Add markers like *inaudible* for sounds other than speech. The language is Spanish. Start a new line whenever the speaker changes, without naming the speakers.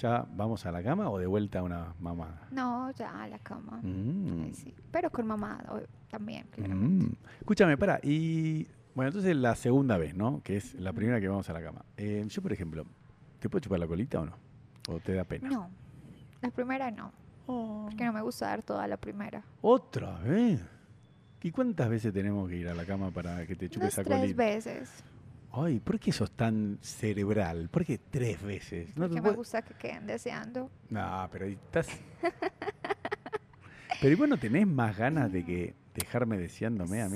¿Ya vamos a la cama o de vuelta a una mamada?
No, ya a la cama.
Mm,
Ay, sí. Pero con mamá o- también. claramente.
mm. Escúchame, para. Y bueno, entonces la segunda vez, ¿no? Que es la primera que vamos a la cama. Eh, yo, por ejemplo, ¿te puedo chupar la colita o no? ¿O te da pena?
No, la primera no. Porque no me gusta dar toda la primera.
¿Otra vez? ¿Y cuántas veces tenemos que ir a la cama para que te
Unas
chupes la
tres
colita?
veces.
Ay, ¿por qué sos tan cerebral? ¿Por qué tres veces? No, te
Porque me
puedo-
gusta que queden deseando.
No, pero ahí
*laughs*
estás. pero ¿y vos no tenés más ganas de que dejarme deseándome a mí?